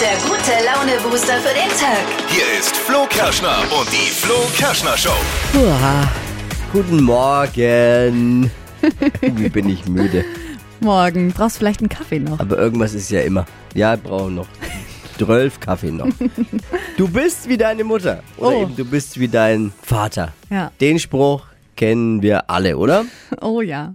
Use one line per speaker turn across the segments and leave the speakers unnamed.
der gute Laune-Booster für den Tag.
Hier ist Flo Kerschner und die Flo Kerschner Show.
Hurra. Guten Morgen. Oh, Wie bin ich müde.
Morgen. Brauchst vielleicht einen Kaffee noch?
Aber irgendwas ist ja immer. Ja, ich brauche noch. 12 Kaffee noch. Du bist wie deine Mutter. Oder
Oh.
eben du bist wie dein Vater.
Ja.
Den Spruch kennen wir alle, oder?
Oh ja.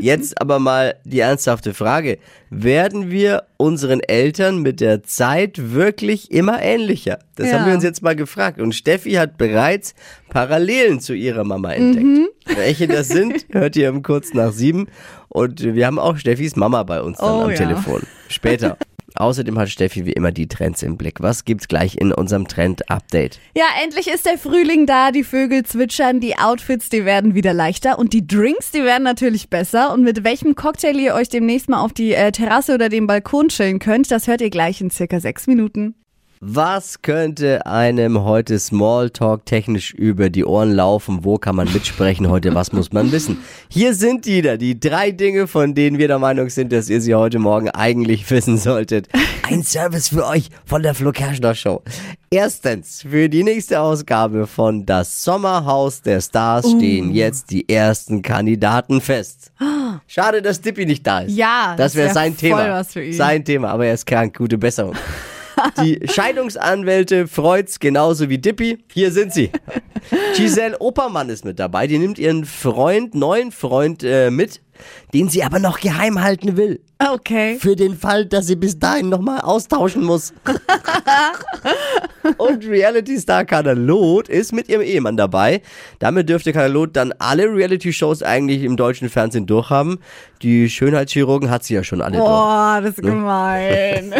Jetzt aber mal die ernsthafte Frage. Werden wir unseren Eltern mit der Zeit wirklich immer ähnlicher? Das
Ja.
haben wir uns jetzt mal gefragt. Und Steffi hat bereits Parallelen zu ihrer Mama entdeckt.
Mhm.
Welche das sind, hört ihr um kurz nach sieben. Und wir haben auch Steffis Mama bei uns dann
Oh,
am
ja.
Telefon. Später. Außerdem hat Steffi wie immer die Trends im Blick. Was gibt's gleich in unserem Trend-Update?
Ja, endlich ist der Frühling da, die Vögel zwitschern, die Outfits, die werden wieder leichter und die Drinks, die werden natürlich besser. Und mit welchem Cocktail ihr euch demnächst mal auf die äh, Terrasse oder den Balkon chillen könnt, das hört ihr gleich in circa sechs Minuten.
Was könnte einem heute Smalltalk technisch über die Ohren laufen? Wo kann man mitsprechen heute? Was muss man wissen? Hier sind die da, die drei Dinge, von denen wir der Meinung sind, dass ihr sie heute Morgen eigentlich wissen solltet. Ein Service für euch von der Flo Kerschner Show. Erstens, für die nächste Ausgabe von Das Sommerhaus der Stars
Oh.
stehen jetzt die ersten Kandidaten fest. Schade, dass Dippy nicht da ist.
Ja,
das
das
wäre
wär
sein
voll
Thema.
was für ihn.
Sein Thema, aber er ist krank. Gute Besserung. Die Scheidungsanwälte freut's genauso wie Dippy. Hier sind sie. Giselle Opermann ist mit dabei. Die nimmt ihren Freund, neuen Freund äh, mit, den sie aber noch geheim halten will.
Okay.
Für den Fall, dass sie bis dahin nochmal austauschen muss. Und Reality-Star Katalot ist mit ihrem Ehemann dabei. Damit dürfte Katalot dann alle Reality-Shows eigentlich im deutschen Fernsehen durchhaben. Die Schönheitschirurgen hat sie ja schon alle durch.
Boah, das ist gemein.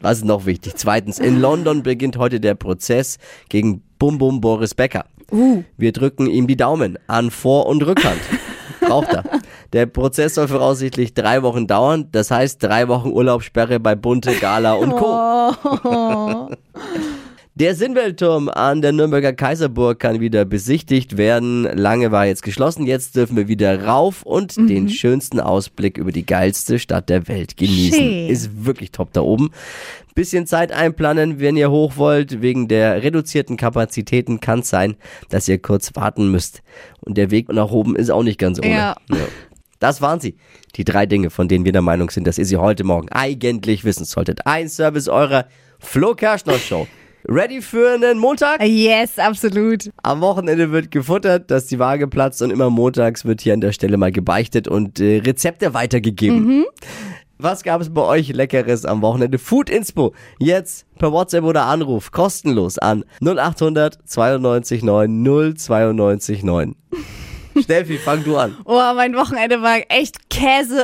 Was ist noch wichtig? Zweitens, in London beginnt heute der Prozess gegen Bum Bum Boris Becker. Wir drücken ihm die Daumen an Vor- und Rückhand. Braucht er. Der Prozess soll voraussichtlich drei Wochen dauern. Das heißt, drei Wochen Urlaubssperre bei Bunte, Gala und Co. Der Sinnweltturm an der Nürnberger Kaiserburg kann wieder besichtigt werden. Lange war jetzt geschlossen. Jetzt dürfen wir wieder rauf und den schönsten Ausblick über die geilste Stadt der Welt genießen.
Schön.
Ist ist wirklich top da oben. Bisschen Zeit einplanen, wenn ihr hoch wollt. Wegen der reduzierten Kapazitäten kann es sein, dass ihr kurz warten müsst. Und der Weg nach oben ist auch nicht ganz ohne.
Ja.
Das waren sie. Die drei Dinge, von denen wir der Meinung sind, dass ihr sie heute Morgen eigentlich wissen solltet. Ein Service eurer Flo Kerschner Show. Ready für einen Montag?
Ah, yes, absolut.
Am Wochenende wird gefuttert, dass die Waage platzt und immer montags wird hier an der Stelle mal gebeichtet und äh, Rezepte weitergegeben.
Mhm.
Was gab es bei euch Leckeres am Wochenende? Food Inspo. Jetzt per WhatsApp oder Anruf. Kostenlos an 0800 92 9 092 9. Steffi, fang du an.
Oh, mein Wochenende war echt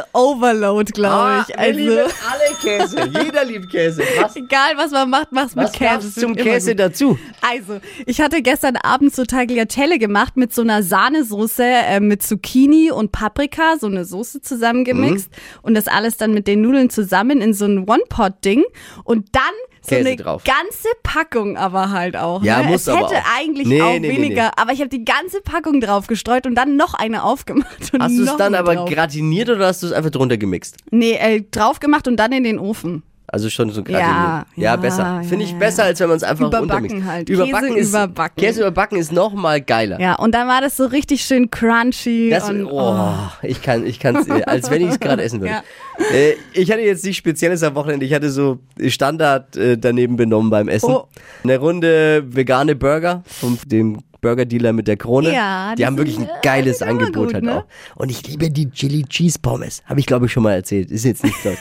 Käse-Overload, glaube ich.
Ah, wir lieben
Also,
alle Käse. Jeder liebt Käse. Was,
egal was man macht, mach's mit
was
Käse.
gab's
Es wird
zum
immer
Käse
gut.
dazu?
Also, ich hatte gestern Abend so Tagliatelle gemacht mit so einer Sahnesoße äh, mit Zucchini und Paprika, so eine Soße zusammengemixt
Mhm.
und das alles dann mit den Nudeln zusammen in so ein One-Pot-Ding und dann so
Käse
eine
drauf.
ganze Packung aber halt auch.
Ja,
ne?
muss
es
aber
hätte
auch.
eigentlich
Nee,
auch
nee, nee, nee.
weniger, aber ich habe die ganze Packung drauf gestreut und dann noch eine aufgemacht. Und
Hast du es
noch
dann
eine
aber
drauf.
gratiniert oder hast du es einfach drunter gemixt?
Nee, äh, drauf gemacht und dann in den Ofen.
Also schon so gratiniert. Ja,
Ja, ja,
besser.
ja,
Finde ich
ja.
besser, als wenn man es einfach
Überbacken
runtermixt.
halt.
Überbacken
Käse
ist,
überbacken.
Käse überbacken ist nochmal geiler.
Ja, und dann war das so richtig schön crunchy
Das,
und
oh, ich kann, ich kann, als wenn ich es gerade essen würde. Äh, ich hatte jetzt nichts Spezielles am Wochenende. Ich hatte so Standard äh, daneben benommen beim Essen.
Oh.
Eine Runde vegane Burger von dem Burger-Dealer mit der Krone.
Ja,
die
die
haben
sind,
wirklich ein
äh,
geiles
die sind immer
Angebot
gut,
halt
ne?
auch. Und ich liebe die Chili Cheese Pommes. Habe ich, glaube ich, schon mal erzählt. Ist jetzt nicht so.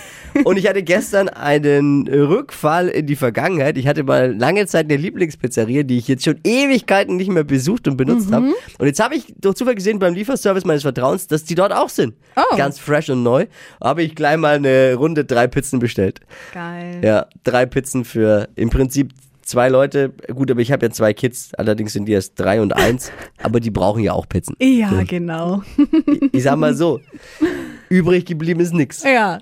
Und ich hatte gestern einen Rückfall in die Vergangenheit. Ich hatte mal lange Zeit eine Lieblingspizzeria, die ich jetzt schon Ewigkeiten nicht mehr besucht und benutzt habe. Und jetzt habe ich durch Zufall gesehen beim Lieferservice meines Vertrauens, dass die dort auch sind.
Oh.
Ganz fresh und neu. Habe ich gleich mal eine Runde drei Pizzen bestellt.
Geil.
Ja, drei Pizzen für im Prinzip zwei Leute. Gut, aber ich habe ja zwei Kids, allerdings sind die erst drei und eins, aber die brauchen ja auch Pizzen.
Ja, genau.
Ich sag mal so. Übrig geblieben ist nix.
Ja.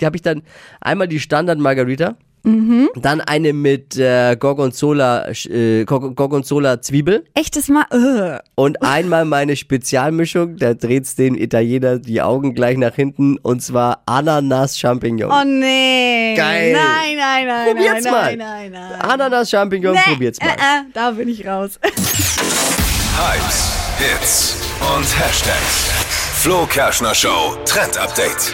Die habe ich dann einmal die Standard Margarita Dann eine mit äh, Gorgonzola, äh, Gor- Gorgonzola Zwiebel.
Echtes Mal. Äh.
Und einmal meine Spezialmischung, da dreht's den Italiener die Augen gleich nach hinten, und zwar Ananas-Champignon.
Oh nee.
Geil.
Nein, nein, nein.
probiert's
nein,
mal.
Nein, nein, nein.
Ananas-Champignon,
Nee,
probiert's mal.
Äh, äh, da bin ich raus.
Hypes, Hits und Hashtags. Flo Kerschner Show Trend Update.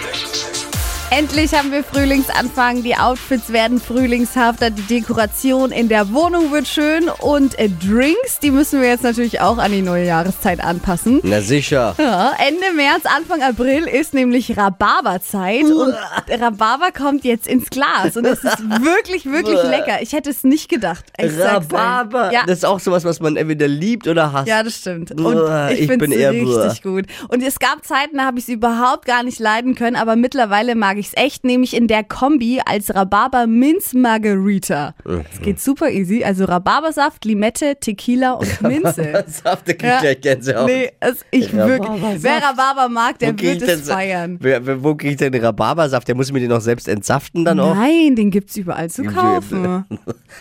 Endlich haben wir Frühlingsanfang. Die Outfits werden frühlingshafter. Die Dekoration in der Wohnung wird schön. Und äh, Drinks, die müssen wir jetzt natürlich auch an die neue Jahreszeit anpassen.
Na sicher.
Ja, Ende März, Anfang April ist nämlich Rhabarberzeit und Rhabarber kommt jetzt ins Glas und es ist wirklich, wirklich
Uah.
lecker. Ich hätte es nicht gedacht. Ich sag's euch.
Rhabarber.
Ja.
Das ist auch sowas, was man entweder liebt oder hasst.
Ja, das stimmt. Und
Uah,
ich
ich
finde
bin
es
eher
richtig gut. Und es gab Zeiten, da habe ich es überhaupt gar nicht leiden können, aber mittlerweile mag ich es echt, nämlich in der Kombi als Rhabarber Minz Margarita. Es geht super easy. Also Rhabarbersaft, Limette, Tequila und Minze.
Das habt ihr
Ja.
ja. gleich Gänsehaut.
Nee, es, ich wirklich. Wer Rhabarber mag, der
krieg
wird
ich
es
denn-
feiern.
Wer, wer, wo kriege ich denn den Rhabarbersaft? Der muss mir den noch selbst entsaften dann auch.
Nein, den gibt's überall zu kaufen.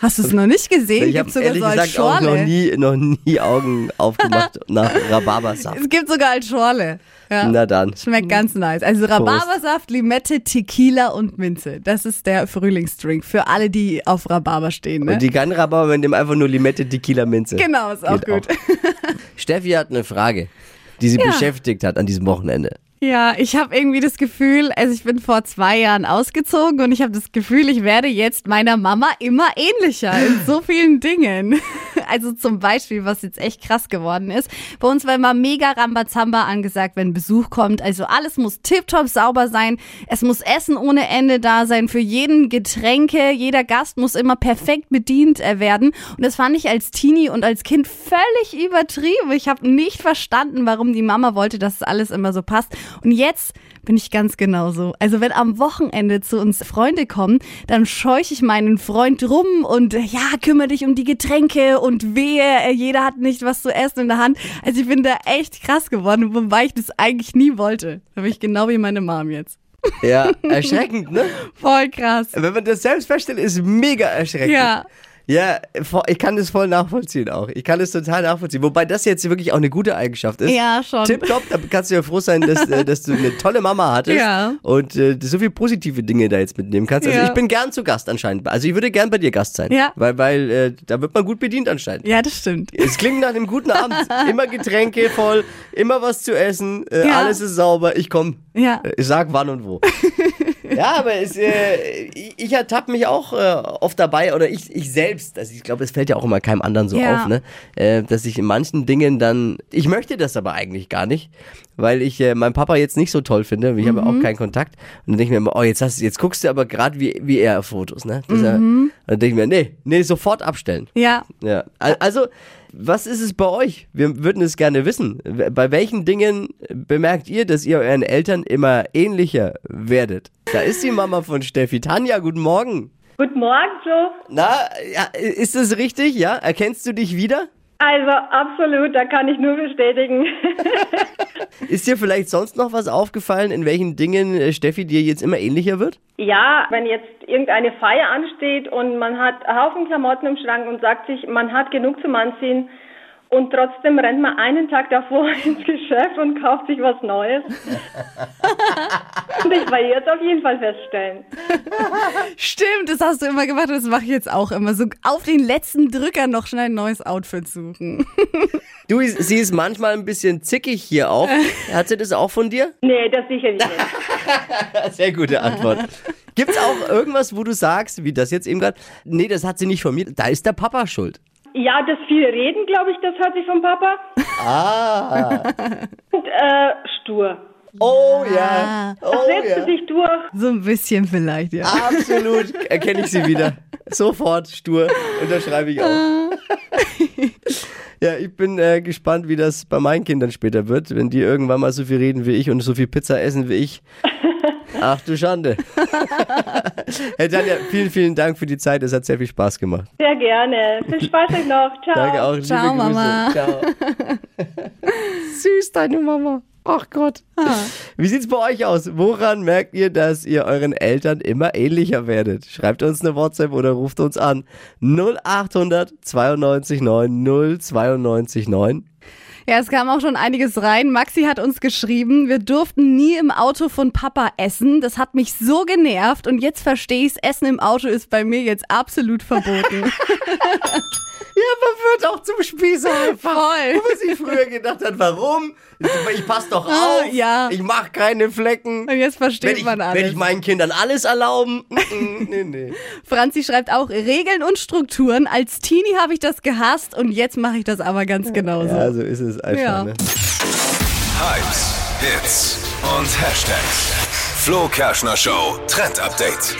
Hast du es noch nicht gesehen?
Ich habe
Gibt's sogar
ehrlich
so als
gesagt auch noch
Schorle.
nie, noch nie Augen aufgemacht nach Rhabarbersaft.
Es gibt sogar als Schorle. Ja.
Na dann.
Schmeckt ganz nice. Also Rhabarbersaft, Limette, Tequila und Minze. Das ist der Frühlingsdrink für alle, die auf Rhabarber stehen. Ne?
Und die kann Rhabarber, wenn dem einfach nur Limette, Tequila, Minze.
genau, ist auch
Geht
gut.
Steffi hat eine Frage, die sie
Ja.
beschäftigt hat an diesem Wochenende.
Ja, ich habe irgendwie das Gefühl, also ich bin vor zwei Jahren ausgezogen und ich habe das Gefühl, ich werde jetzt meiner Mama immer ähnlicher in so vielen Dingen. Also zum Beispiel, was jetzt echt krass geworden ist, bei uns war immer mega Rambazamba angesagt, wenn Besuch kommt. Also alles muss tiptop sauber sein, es muss Essen ohne Ende da sein, für jeden Getränke, jeder Gast muss immer perfekt bedient äh, werden. Und das fand ich als Teenie und als Kind völlig übertrieben. Ich habe nicht verstanden, warum die Mama wollte, dass alles immer so passt. Und jetzt bin ich ganz genauso. Also wenn am Wochenende zu uns Freunde kommen, dann scheuche ich meinen Freund rum und äh, ja, kümmere dich um die Getränke und wehe, äh, jeder hat nicht was zu essen in der Hand. Also ich bin da echt krass geworden, wobei ich das eigentlich nie wollte. Da bin ich genau wie meine Mom jetzt.
Ja, erschreckend, ne?
Voll krass.
Wenn man das selbst feststellt, ist mega erschreckend.
Ja.
Ja, vo- ich kann das voll nachvollziehen auch. Ich kann das total nachvollziehen. Wobei das jetzt wirklich auch eine gute Eigenschaft ist.
Ja, schon.
Tipptopp, da kannst du ja froh sein, dass, äh, dass du eine tolle Mama hattest.
Ja.
Und äh, so viele positive Dinge da jetzt mitnehmen kannst. Also
Ja.
ich bin gern zu Gast anscheinend. Also ich würde gern bei dir Gast sein.
Ja.
Weil, weil äh, da wird man gut bedient anscheinend.
Ja, das stimmt.
Es klingt nach einem guten Abend. Immer Getränke voll, immer was zu essen, äh,
Ja.
alles ist sauber, ich komm.
Ja.
Äh, Ich sag wann und wo. ja, aber es, äh, ich, ich ertappe mich auch äh, oft dabei, oder ich, ich selbst, also ich glaube, es fällt ja auch immer keinem anderen so
Ja.
auf, ne? Äh, dass ich in manchen Dingen dann, ich möchte das aber eigentlich gar nicht, weil ich äh, meinen Papa jetzt nicht so toll finde, ich
Mhm.
habe auch keinen Kontakt. Und dann denke ich mir immer, oh, jetzt, hast, jetzt guckst du aber gerade wie, wie er auf Fotos, ne? Dass er-
Mhm.
Und dann denke ich mir, nee, nee, sofort abstellen.
Ja.
Ja, al- also, was ist es bei euch? Wir würden es gerne wissen. W- Bei welchen Dingen bemerkt ihr, dass ihr euren Eltern immer ähnlicher werdet? Da ist die Mama von Steffi. Tanja, guten Morgen.
Guten Morgen, Flo.
Na, ja, ist das richtig? Ja? Erkennst du dich wieder?
Also absolut, da kann ich nur bestätigen.
Ist dir vielleicht sonst noch was aufgefallen, in welchen Dingen äh, Steffi dir jetzt immer ähnlicher wird?
ja, wenn jetzt irgendeine Feier ansteht und man hat einen Haufen Klamotten im Schrank und sagt sich, man hat genug zum Anziehen und trotzdem rennt man einen Tag davor ins Geschäft und kauft sich was Neues. und ich werde jetzt auf jeden Fall feststellen.
Stimmt, das hast du immer gemacht und das mache ich jetzt auch immer. So auf den letzten Drücker noch schnell ein neues Outfit suchen.
Du, sie ist manchmal ein bisschen zickig hier auch. Hat sie das auch von dir?
Nee, das sicherlich nicht.
Sehr gute Antwort. Gibt's auch irgendwas, wo du sagst, wie das jetzt eben gerade, nee, das hat sie nicht von mir, da ist der Papa schuld.
Ja, das viele Reden, glaube ich, das hört sich vom Papa.
Ah.
Und äh, stur.
Oh ja. Oh
Setzt du
ja.
dich durch.
So ein bisschen vielleicht, ja.
Ah. Absolut. Erkenne ich sie wieder. Sofort, stur. Unterschreibe ich auch. Ja, ich bin äh, gespannt, wie das bei meinen Kindern später wird, wenn die irgendwann mal so viel reden wie ich und so viel Pizza essen wie ich. Ach du Schande. Herr Tanja, vielen, vielen Dank für die Zeit. Es hat sehr viel Spaß gemacht.
Sehr gerne. Viel Spaß euch noch. Ciao.
Danke auch.
Ciao,
liebe
Mama.
Grüße. Ciao. Süß, deine Mama. Ach Gott.
Ah.
Wie sieht's bei euch aus? Woran merkt ihr, dass ihr euren Eltern immer ähnlicher werdet? Schreibt uns eine WhatsApp oder ruft uns an. 0800 92 9 092 9.
Ja, es kam auch schon einiges rein. Maxi hat uns geschrieben, wir durften nie im Auto von Papa essen. Das hat mich so genervt und jetzt verstehe ich's. Essen im Auto ist bei mir jetzt absolut verboten.
Ja, man wird auch zum Spießer einfach.
Voll.
Wo man sich früher gedacht hat, warum? Ich passe doch
Ah,
auf.
ja.
Ich mache keine Flecken.
Und jetzt
Wenn
versteht
ich,
man
wenn
alles.
ich meinen Kindern alles erlauben. Mm, mm, nee, nee.
Franzi schreibt auch Regeln und Strukturen. Als Teenie habe ich das gehasst und jetzt mache ich das aber ganz genauso.
Ja, so ist es einfach.
Ja.
Ne?
Hypes, Hits und Hashtags. Flo Kerschner Show Trend Update.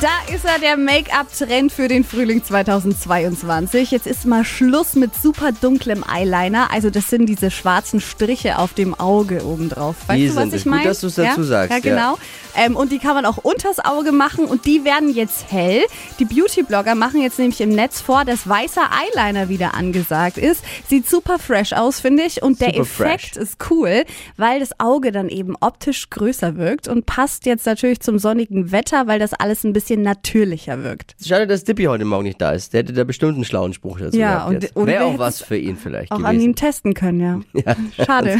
Da ist er der Make-up-Trend für den Frühling 2022. Jetzt ist mal Schluss mit super dunklem Eyeliner. Also das sind diese schwarzen Striche auf dem Auge obendrauf. Weißt
Die
du, was
sind es.
ich
Gut,
meine?
dass du's dazu
ja?
sagst,
Ja,
ja.
genau. Ähm, und die kann man auch unters Auge machen und die werden jetzt hell. Die Beauty-Blogger machen jetzt nämlich im Netz vor, dass weißer Eyeliner wieder angesagt ist. Sieht super fresh aus, finde ich. Und der
Super
Effekt
fresh.
ist cool, weil das Auge dann eben optisch größer wirkt und passt jetzt natürlich zum sonnigen Wetter, weil das alles ein bisschen natürlicher wirkt.
Schade, dass Dippy heute Morgen nicht da ist. Der hätte da bestimmt einen schlauen Spruch dazu
Ja,
gehabt. jetzt.
und- und
Wäre
wir
auch
hätten's
was für ihn vielleicht
Auch an
gewesen.
ihm testen können, ja. Schade.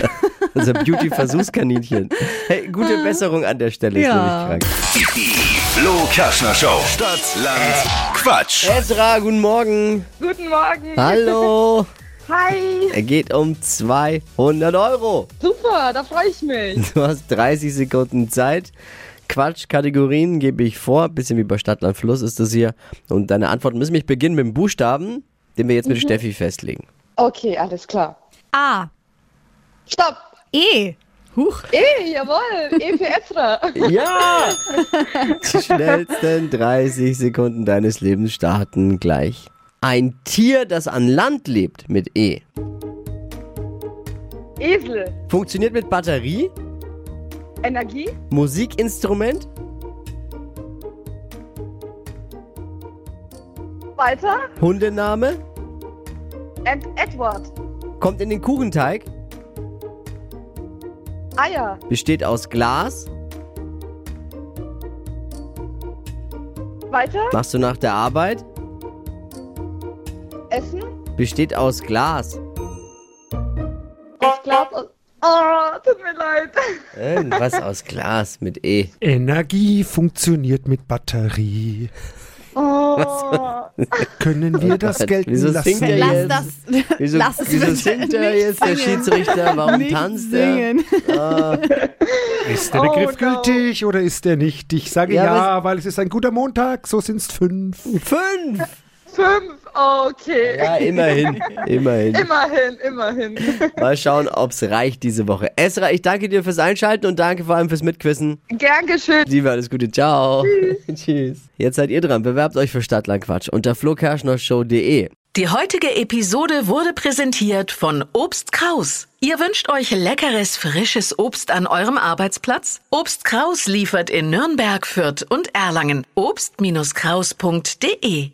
Unser Beauty-Versuchskaninchen. Hey, gute Besserung an der Stelle. Ist
Ja.
nämlich krank.
Die Flo Kerschner Show. Stadt, Land, Quatsch.
Ezra, guten Morgen.
Guten Morgen.
Hallo.
Hi.
Er geht um 200 Euro.
Super, da freue ich mich.
Du hast 30 Sekunden Zeit. Quatschkategorien gebe ich vor. Bisschen wie bei Stadtland Fluss ist das hier. Und deine Antworten müssen mich beginnen mit dem Buchstaben, den wir jetzt
Mhm.
mit Steffi festlegen.
Okay, alles klar.
A.
Stopp.
Ah, E. Huch.
E, jawohl. E für Ezra.
Ja! Die schnellsten 30 Sekunden deines Lebens starten gleich. Ein Tier, das an Land lebt mit E.
Esel.
Funktioniert mit Batterie,
Energie.
Musikinstrument,
Weiter.
Hundename,
And Edward.
kommt in den Kuchenteig,
Eier.
besteht aus Glas,
Weiter.
machst du nach der Arbeit,
Essen.
besteht aus Glas.
Ich glaube. Oh, tut mir leid.
Irgendwas aus Glas mit E.
Energie funktioniert mit Batterie.
Oh.
Können wir das
Gott,
gelten
wieso
lassen?
singt er
Lass
jetzt?
das.
Wieso,
lass es
wieso
bitte
singt er
nicht
jetzt, der
singen.
Schiedsrichter? Warum
Nicht
tanzt Ah. er?
singen.
Ist der
Oh,
Begriff
no.
gültig oder ist er nicht? Ich sage
Ja,
ja,
aber
weil es ist ein guter Montag, so sind es fünf.
Fünf!
Fünf. Okay.
Ja, immerhin. Immerhin.
Immerhin, immerhin.
Mal schauen, ob's reicht diese Woche. Esra, ich danke dir fürs Einschalten und danke vor allem fürs Mitquissen.
Gern geschehen.
Liebe, alles Gute. Ciao. Tschüss. Jetzt seid ihr dran. Bewerbt euch für Stadtlandquatsch unter flokerschnershow.de.
Die heutige Episode wurde präsentiert von Obst Kraus. Ihr wünscht euch leckeres, frisches Obst an eurem Arbeitsplatz? Obst Kraus liefert in Nürnberg, Fürth und Erlangen. Obst-Kraus.de